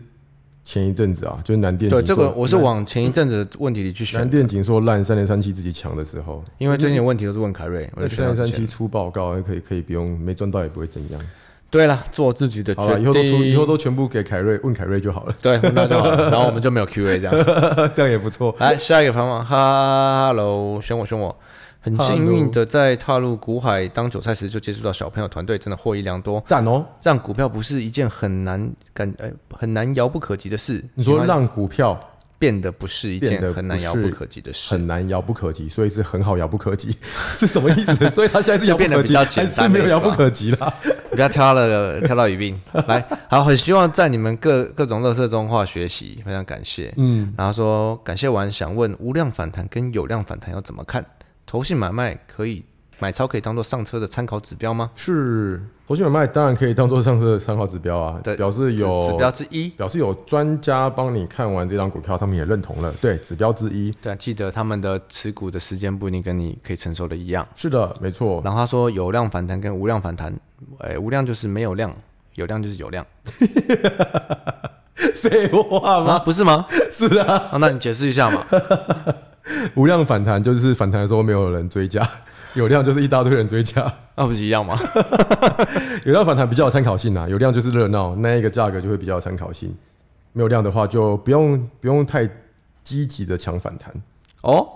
[SPEAKER 3] 前一阵子啊，就是南电
[SPEAKER 2] 对
[SPEAKER 3] 紧
[SPEAKER 2] 这
[SPEAKER 3] 缩
[SPEAKER 2] 个我是往前一阵子的问题里去
[SPEAKER 3] 南
[SPEAKER 2] 选，
[SPEAKER 3] 电紧说烂三零三七自己强的时候，
[SPEAKER 2] 因为最近有问题都是问凯瑞，我
[SPEAKER 3] 那
[SPEAKER 2] 就选到
[SPEAKER 3] 三零
[SPEAKER 2] 之
[SPEAKER 3] 三
[SPEAKER 2] 前。
[SPEAKER 3] 七出报告可以可以不用，没赚到也不会怎样。
[SPEAKER 2] 对了，做自己的
[SPEAKER 3] 好了，
[SPEAKER 2] 决
[SPEAKER 3] 以后都出，
[SPEAKER 2] 定。
[SPEAKER 3] 以后都全部给凯瑞问凯瑞就好了，
[SPEAKER 2] 对，那就好了。然后我们就没有 Q&A 这样。
[SPEAKER 3] 这样也不错。
[SPEAKER 2] 来，下一个盘网，Hello，选我选我。很幸运的在踏入股海当韭菜时就接触到小朋友团队，真的获益良多。
[SPEAKER 3] 赞哦！
[SPEAKER 2] 让股票不是一件很难感呃很难遥不可及的事，
[SPEAKER 3] 你说
[SPEAKER 2] 慢慢
[SPEAKER 3] 让股票
[SPEAKER 2] 变得不是一
[SPEAKER 3] 变得
[SPEAKER 2] 件很难遥不可及的事，
[SPEAKER 3] 很难遥不可及，所以是很好遥不可及， 是什么意思？所以他现在是遥不可及，
[SPEAKER 2] 就变得比较简单
[SPEAKER 3] 还是没有
[SPEAKER 2] 没
[SPEAKER 3] 遥
[SPEAKER 2] 错
[SPEAKER 3] 不可及啦。
[SPEAKER 2] 不要挑了挑到语病。 来，好，很希望在你们各各种乐色中化学习，非常感谢。
[SPEAKER 3] 嗯，
[SPEAKER 2] 然后说感谢完，想问无量反弹跟有量反弹要怎么看？投信买卖可以买超可以当做上车的参考指标吗？
[SPEAKER 3] 是，投信买卖当然可以当做上市的参考指标啊，
[SPEAKER 2] 对
[SPEAKER 3] 表示有
[SPEAKER 2] 指指标之一
[SPEAKER 3] 表示有专家帮你看完这张股票，他们也认同了，对，指标之一，
[SPEAKER 2] 对啊，记得他们的持股的时间不一定跟你可以承受的一样。
[SPEAKER 3] 是的，没错，
[SPEAKER 2] 然后他说有量反弹跟无量反弹，哎，无量就是没有量，有量就是有 量，
[SPEAKER 3] 废话
[SPEAKER 2] 啊，
[SPEAKER 3] 吗？
[SPEAKER 2] 不是吗？
[SPEAKER 3] 是啊，
[SPEAKER 2] 啊，那你解释一下嘛。
[SPEAKER 3] 无量反弹就是反弹的时候没有人追加，有量就是一大堆人追加，
[SPEAKER 2] 啊那不是一样吗？
[SPEAKER 3] 有量反弹比较有参考性啊，有量就是热闹，那一个价格就会比较有参考性，没有量的话就不用不用太积极的抢反弹，
[SPEAKER 2] 哦，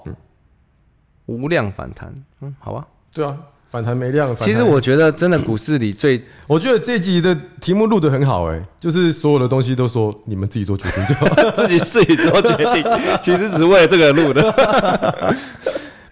[SPEAKER 2] 无量反弹，嗯，好吧，
[SPEAKER 3] 对啊，反弹没量。反弹
[SPEAKER 2] 其实我觉得真的股市里 最
[SPEAKER 3] 我觉得这集的题目录得很好哎、就是所有的东西都说你们自己做决 定就好。
[SPEAKER 2] 自己自己做决 定，其实只是为了这个录的。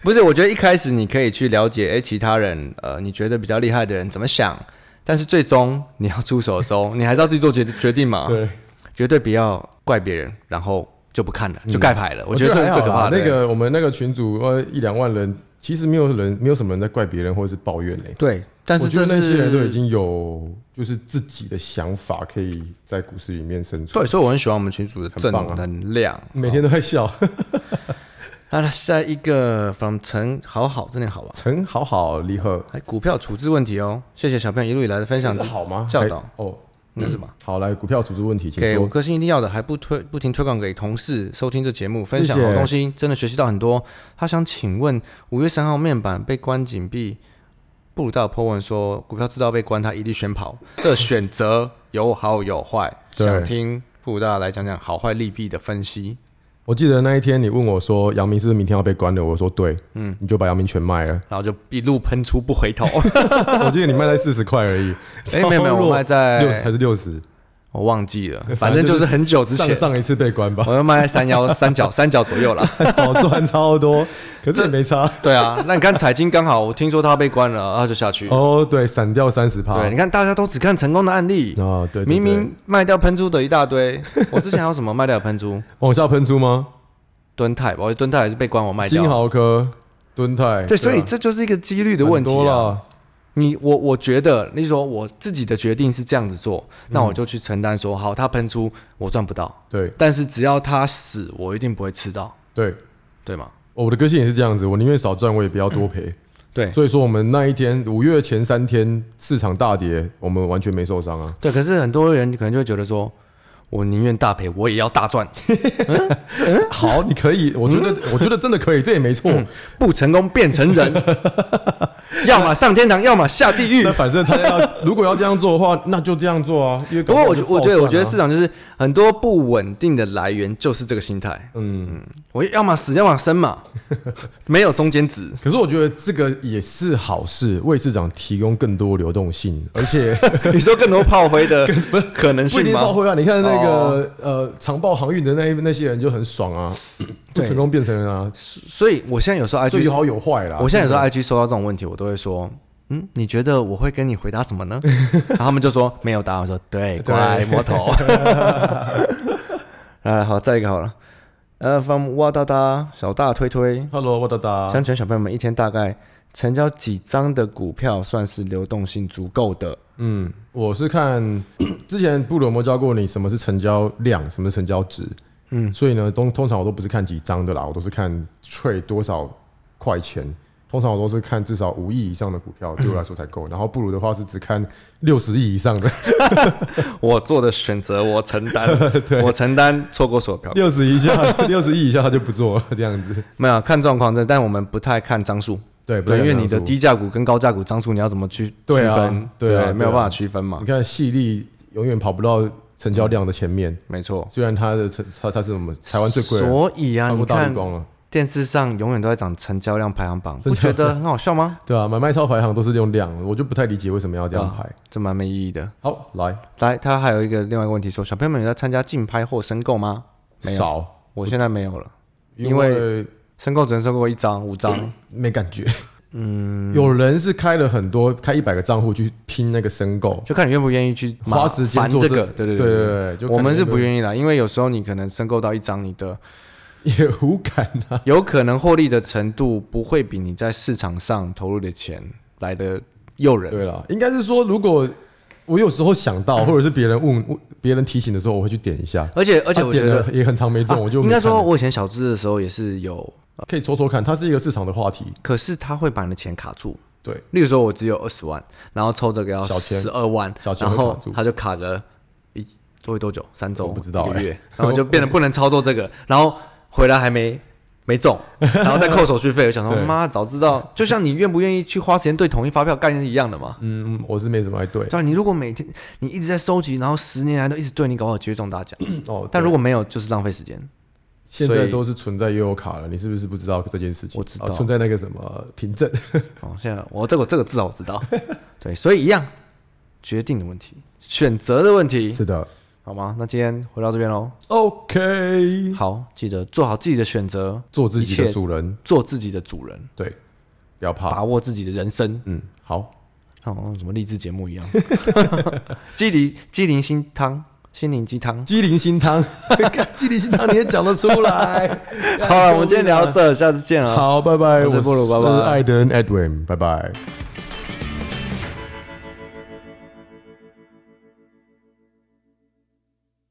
[SPEAKER 2] 不是，我觉得一开始你可以去了解，哎、其他人，呃，你觉得比较厉害的人怎么想，但是最终你要出手的时候，你 还是要自己做决决定嘛。
[SPEAKER 3] 对，
[SPEAKER 2] 绝对不要怪别人，然后就不看了，就盖牌了。嗯我觉得这是最可怕的。
[SPEAKER 3] 那个我们那个群组呃一两万人，其实没有人没有什么人在怪别人或者是抱怨嘞、欸
[SPEAKER 2] 对，但是
[SPEAKER 3] 我觉
[SPEAKER 2] 这
[SPEAKER 3] 得那些人都已
[SPEAKER 2] 是
[SPEAKER 3] 经有就是自己的想法，可以在股市里面生存。
[SPEAKER 2] 对，所以我很喜欢我们群主的正
[SPEAKER 3] 很棒啊
[SPEAKER 2] 能量。
[SPEAKER 3] 每天都在笑。
[SPEAKER 2] 那、下一个 from 陈好好，这念好吧？
[SPEAKER 3] 陈好好离合，
[SPEAKER 2] 哎，股票处置问题哦，谢谢小朋友一路以来的分享
[SPEAKER 3] 这是好吗？
[SPEAKER 2] 教导
[SPEAKER 3] 还，哦，
[SPEAKER 2] 那是什么？
[SPEAKER 3] 好来股票组织问题，请
[SPEAKER 2] 给五
[SPEAKER 3] 说。
[SPEAKER 2] 颗星一定要的，还不推不停推广给同事收听这节目，分享
[SPEAKER 3] 谢谢
[SPEAKER 2] 好东西，真的学习到很多。他想请问，五月三号面板被关紧闭，布鲁道 po 文说股票知道被关，他一律选跑，这选择有好有坏，
[SPEAKER 3] 对
[SPEAKER 2] 想听布鲁道来讲讲好坏利弊的分析。
[SPEAKER 3] 我记得那一天你问我说，阳明是不是明天要被关了？我说对，
[SPEAKER 2] 嗯，
[SPEAKER 3] 你就把阳明全卖
[SPEAKER 2] 。
[SPEAKER 3] 了
[SPEAKER 2] 然后就一路喷出不 回头，
[SPEAKER 3] 我记得你卖在四十块而已。
[SPEAKER 2] 哎没有没有我卖在
[SPEAKER 3] 六还是六十，
[SPEAKER 2] 我忘记了，反正就是很久之前，
[SPEAKER 3] 上上一次被关吧
[SPEAKER 2] 我，要卖在三幺三角三角左右 了。
[SPEAKER 3] 少赚超多，可是也没差。
[SPEAKER 2] 对啊，那你看彩金刚好，我听说他被关了，他就下去了。
[SPEAKER 3] 哦，对，闪掉三十趴。
[SPEAKER 2] 对，你看大家都只看成功的案例，
[SPEAKER 3] 哦对对对
[SPEAKER 2] 明明卖掉喷珠的一大 堆。我之前还有什么卖掉的喷珠？
[SPEAKER 3] 往下哦喷出吗？
[SPEAKER 2] 敦泰吧，我敦泰也是被官网卖掉。
[SPEAKER 3] 金豪科、敦泰。
[SPEAKER 2] 对，所以
[SPEAKER 3] 啊
[SPEAKER 2] 这就是一个几率的问题
[SPEAKER 3] 很多
[SPEAKER 2] 啊。
[SPEAKER 3] 了。
[SPEAKER 2] 你我我觉得，你说我自己的决定是这样子做，
[SPEAKER 3] 嗯
[SPEAKER 2] 那我就去承担说，好，它喷出我赚不到，
[SPEAKER 3] 对
[SPEAKER 2] 但是只要它死，我一定不会吃到，
[SPEAKER 3] 对，
[SPEAKER 2] 对吗？
[SPEAKER 3] 哦我的个性也是这样子，我宁愿少赚，我也不要多赔。
[SPEAKER 2] 对，
[SPEAKER 3] 所以说我们那一天五月前三天市场大跌，我们完全没受伤啊。
[SPEAKER 2] 对，可是很多人可能就会觉得说，我宁愿大赔，我也要大赚， 嗯
[SPEAKER 3] 好，你可以，我觉得、我觉得真的可以，这也没错。
[SPEAKER 2] 不成功变成人，要么上天堂，要么下地狱
[SPEAKER 3] 那。反正他要如果要这样做的话，那就这样做啊。因为
[SPEAKER 2] 不过
[SPEAKER 3] 搞好
[SPEAKER 2] 我
[SPEAKER 3] 就
[SPEAKER 2] 觉我觉得
[SPEAKER 3] 爆
[SPEAKER 2] 我觉得市场
[SPEAKER 3] 赚啊，
[SPEAKER 2] 就是很多不稳定的来源就是这个心态，
[SPEAKER 3] 嗯，
[SPEAKER 2] 我要么死要么生 嘛，没有中间值。
[SPEAKER 3] 可是我觉得这个也是好事，为市场提供更多流动性，而 且
[SPEAKER 2] 你说更多炮灰的可能
[SPEAKER 3] 不一
[SPEAKER 2] 性
[SPEAKER 3] 定
[SPEAKER 2] 吗？
[SPEAKER 3] 爆会啊。你看那个、
[SPEAKER 2] 哦
[SPEAKER 3] 呃长报航运的那一那些人就很 爽啊，就
[SPEAKER 2] 对
[SPEAKER 3] 成功变成人啊，
[SPEAKER 2] 所以我现在有时候 IG，
[SPEAKER 3] 所以有好有坏啦。
[SPEAKER 2] 我现在有时候
[SPEAKER 3] 真的
[SPEAKER 2] IG 收到这种问题，我都会说。嗯，你觉得我会跟你回答什么呢？然后他们就说没有答案，我说对，乖魔头。啊，好，再一个好了。呃，from 哇哒哒小大推推，
[SPEAKER 3] Hello，我的达，
[SPEAKER 2] 想请问小朋友们一天大概成交几张的股票算是流动性足够的？
[SPEAKER 3] 嗯，我是看 之前布鲁有没有教过你什么是成交量，什么是成交值，
[SPEAKER 2] 嗯，
[SPEAKER 3] 所以呢，通通常我都不是看几张的啦，我都是看 trade 多少块钱，通常我都是看至少五亿以上的股票，对我来说才 够。然后布鲁的话是只看六十亿以上的，
[SPEAKER 2] 我做的选择我承担，我承担错过所有票。
[SPEAKER 3] 六十以下，六十亿以下他就不做了这样子。
[SPEAKER 2] 没有啊看状况，但我们不太看张数。
[SPEAKER 3] 对，不
[SPEAKER 2] 对，因为你
[SPEAKER 3] 这
[SPEAKER 2] 的
[SPEAKER 3] 样子
[SPEAKER 2] 低价股跟高价股张数，你要怎么去
[SPEAKER 3] 对
[SPEAKER 2] 区
[SPEAKER 3] 啊
[SPEAKER 2] 分，
[SPEAKER 3] 对啊，
[SPEAKER 2] 没有
[SPEAKER 3] 对啊
[SPEAKER 2] 办法区分嘛
[SPEAKER 3] 你。看细粒永远跑不到成交量的前面，
[SPEAKER 2] 没错，
[SPEAKER 3] 虽然它的成它它是什么台湾最贵的，
[SPEAKER 2] 所以啊，
[SPEAKER 3] 超
[SPEAKER 2] 你
[SPEAKER 3] 过大
[SPEAKER 2] 看
[SPEAKER 3] 绿光了。
[SPEAKER 2] 电视上永远都在讲成交量排行榜，
[SPEAKER 3] 成
[SPEAKER 2] 不
[SPEAKER 3] 交
[SPEAKER 2] 觉得很好笑吗？
[SPEAKER 3] 对啊，买卖超排行都是用量，我就不太理解为什么要这样排。
[SPEAKER 2] 啊这蛮没意义的。
[SPEAKER 3] 好，来，
[SPEAKER 2] 来，他还有一个另外一个问题说，小朋友们有在参加竞拍或申购吗？没有，
[SPEAKER 3] 少，
[SPEAKER 2] 我现在没有了，因
[SPEAKER 3] 因
[SPEAKER 2] 为
[SPEAKER 3] 为
[SPEAKER 2] 申购只能申购一张、五张。
[SPEAKER 3] 没感觉。
[SPEAKER 2] 嗯，
[SPEAKER 3] 有人是开了很多，开一百个账户去拼那个申购，
[SPEAKER 2] 就看你愿不愿意去麻
[SPEAKER 3] 花时间
[SPEAKER 2] 烦
[SPEAKER 3] 做
[SPEAKER 2] 这
[SPEAKER 3] 这
[SPEAKER 2] 个，
[SPEAKER 3] 个
[SPEAKER 2] 对对
[SPEAKER 3] 对
[SPEAKER 2] 对
[SPEAKER 3] 对对就看
[SPEAKER 2] 我们
[SPEAKER 3] 你
[SPEAKER 2] 是
[SPEAKER 3] 愿不
[SPEAKER 2] 不愿意啦，因为有时候你可能申购到一张，你的
[SPEAKER 3] 也无感 啊。
[SPEAKER 2] 有可能获利的程度不会比你在市场上投入的钱来的诱人。
[SPEAKER 3] 对啦，应该是说，如果我有时候想到，或者是别人问、问别人提醒的时候，我会去点一下。
[SPEAKER 2] 而且而且
[SPEAKER 3] 啊
[SPEAKER 2] 我觉
[SPEAKER 3] 点
[SPEAKER 2] 得
[SPEAKER 3] 了也很长没中，
[SPEAKER 2] 啊
[SPEAKER 3] 我就没
[SPEAKER 2] 应该
[SPEAKER 3] 看
[SPEAKER 2] 说，
[SPEAKER 3] 了
[SPEAKER 2] 我以前小资的时候也是有，
[SPEAKER 3] 可以戳戳看，它是一个市场的话题。
[SPEAKER 2] 可是他会把你的钱卡住。
[SPEAKER 3] 对，
[SPEAKER 2] 例如说，我只有二十万，然后抽这个要
[SPEAKER 3] 小钱
[SPEAKER 2] 十二万，
[SPEAKER 3] 小钱
[SPEAKER 2] 然
[SPEAKER 3] 会卡
[SPEAKER 2] 后
[SPEAKER 3] 住
[SPEAKER 2] 他就卡个一多多久？三周？
[SPEAKER 3] 我不知道
[SPEAKER 2] 一个
[SPEAKER 3] 欸
[SPEAKER 2] 月，然后就变得不能操作这 个，然后回来还没没中，然后再扣手续费。我想说，
[SPEAKER 3] 对
[SPEAKER 2] 妈，早知道，就像你愿不愿意去花时间对统一发票概念是一样的嘛。
[SPEAKER 3] 嗯，我是没什么爱对。
[SPEAKER 2] 对啊，你如果每天你一直在收集，然后十年来都一直对你搞不好有机会中大奖，
[SPEAKER 3] 哦，
[SPEAKER 2] 但如
[SPEAKER 3] 对
[SPEAKER 2] 果没有，就是浪费时间。
[SPEAKER 3] 现
[SPEAKER 2] 所
[SPEAKER 3] 在
[SPEAKER 2] 以
[SPEAKER 3] 都是存在悠游卡了，你是不是不知道这件事情？
[SPEAKER 2] 我知
[SPEAKER 3] 啊
[SPEAKER 2] 道
[SPEAKER 3] 存在那个什么凭 证。
[SPEAKER 2] 哦，现在我这个这个至少我知 道，对，所以一样，决定的问题，选择的问题，
[SPEAKER 3] 是的
[SPEAKER 2] 好吗？那今天回到这边喽。
[SPEAKER 3] ，OK，
[SPEAKER 2] 好，记得做好自己的选择，
[SPEAKER 3] 嗯做自己
[SPEAKER 2] 一
[SPEAKER 3] 的
[SPEAKER 2] 切
[SPEAKER 3] 主人，
[SPEAKER 2] 做自己的主人，
[SPEAKER 3] 对，不要
[SPEAKER 2] 把
[SPEAKER 3] 怕，
[SPEAKER 2] 握自己的人生。
[SPEAKER 3] 嗯，好，
[SPEAKER 2] 像好像什么励志节目一 样。鸡灵鸡灵心汤，心灵鸡 汤。
[SPEAKER 3] 鸡灵心汤，鸡灵心汤你也讲得出
[SPEAKER 2] 。
[SPEAKER 3] 来
[SPEAKER 2] 好了，我们今天聊到这，下次见了。啊
[SPEAKER 3] 好，拜拜，
[SPEAKER 2] 我是布鲁拜拜
[SPEAKER 3] 艾登 Edwin，拜拜。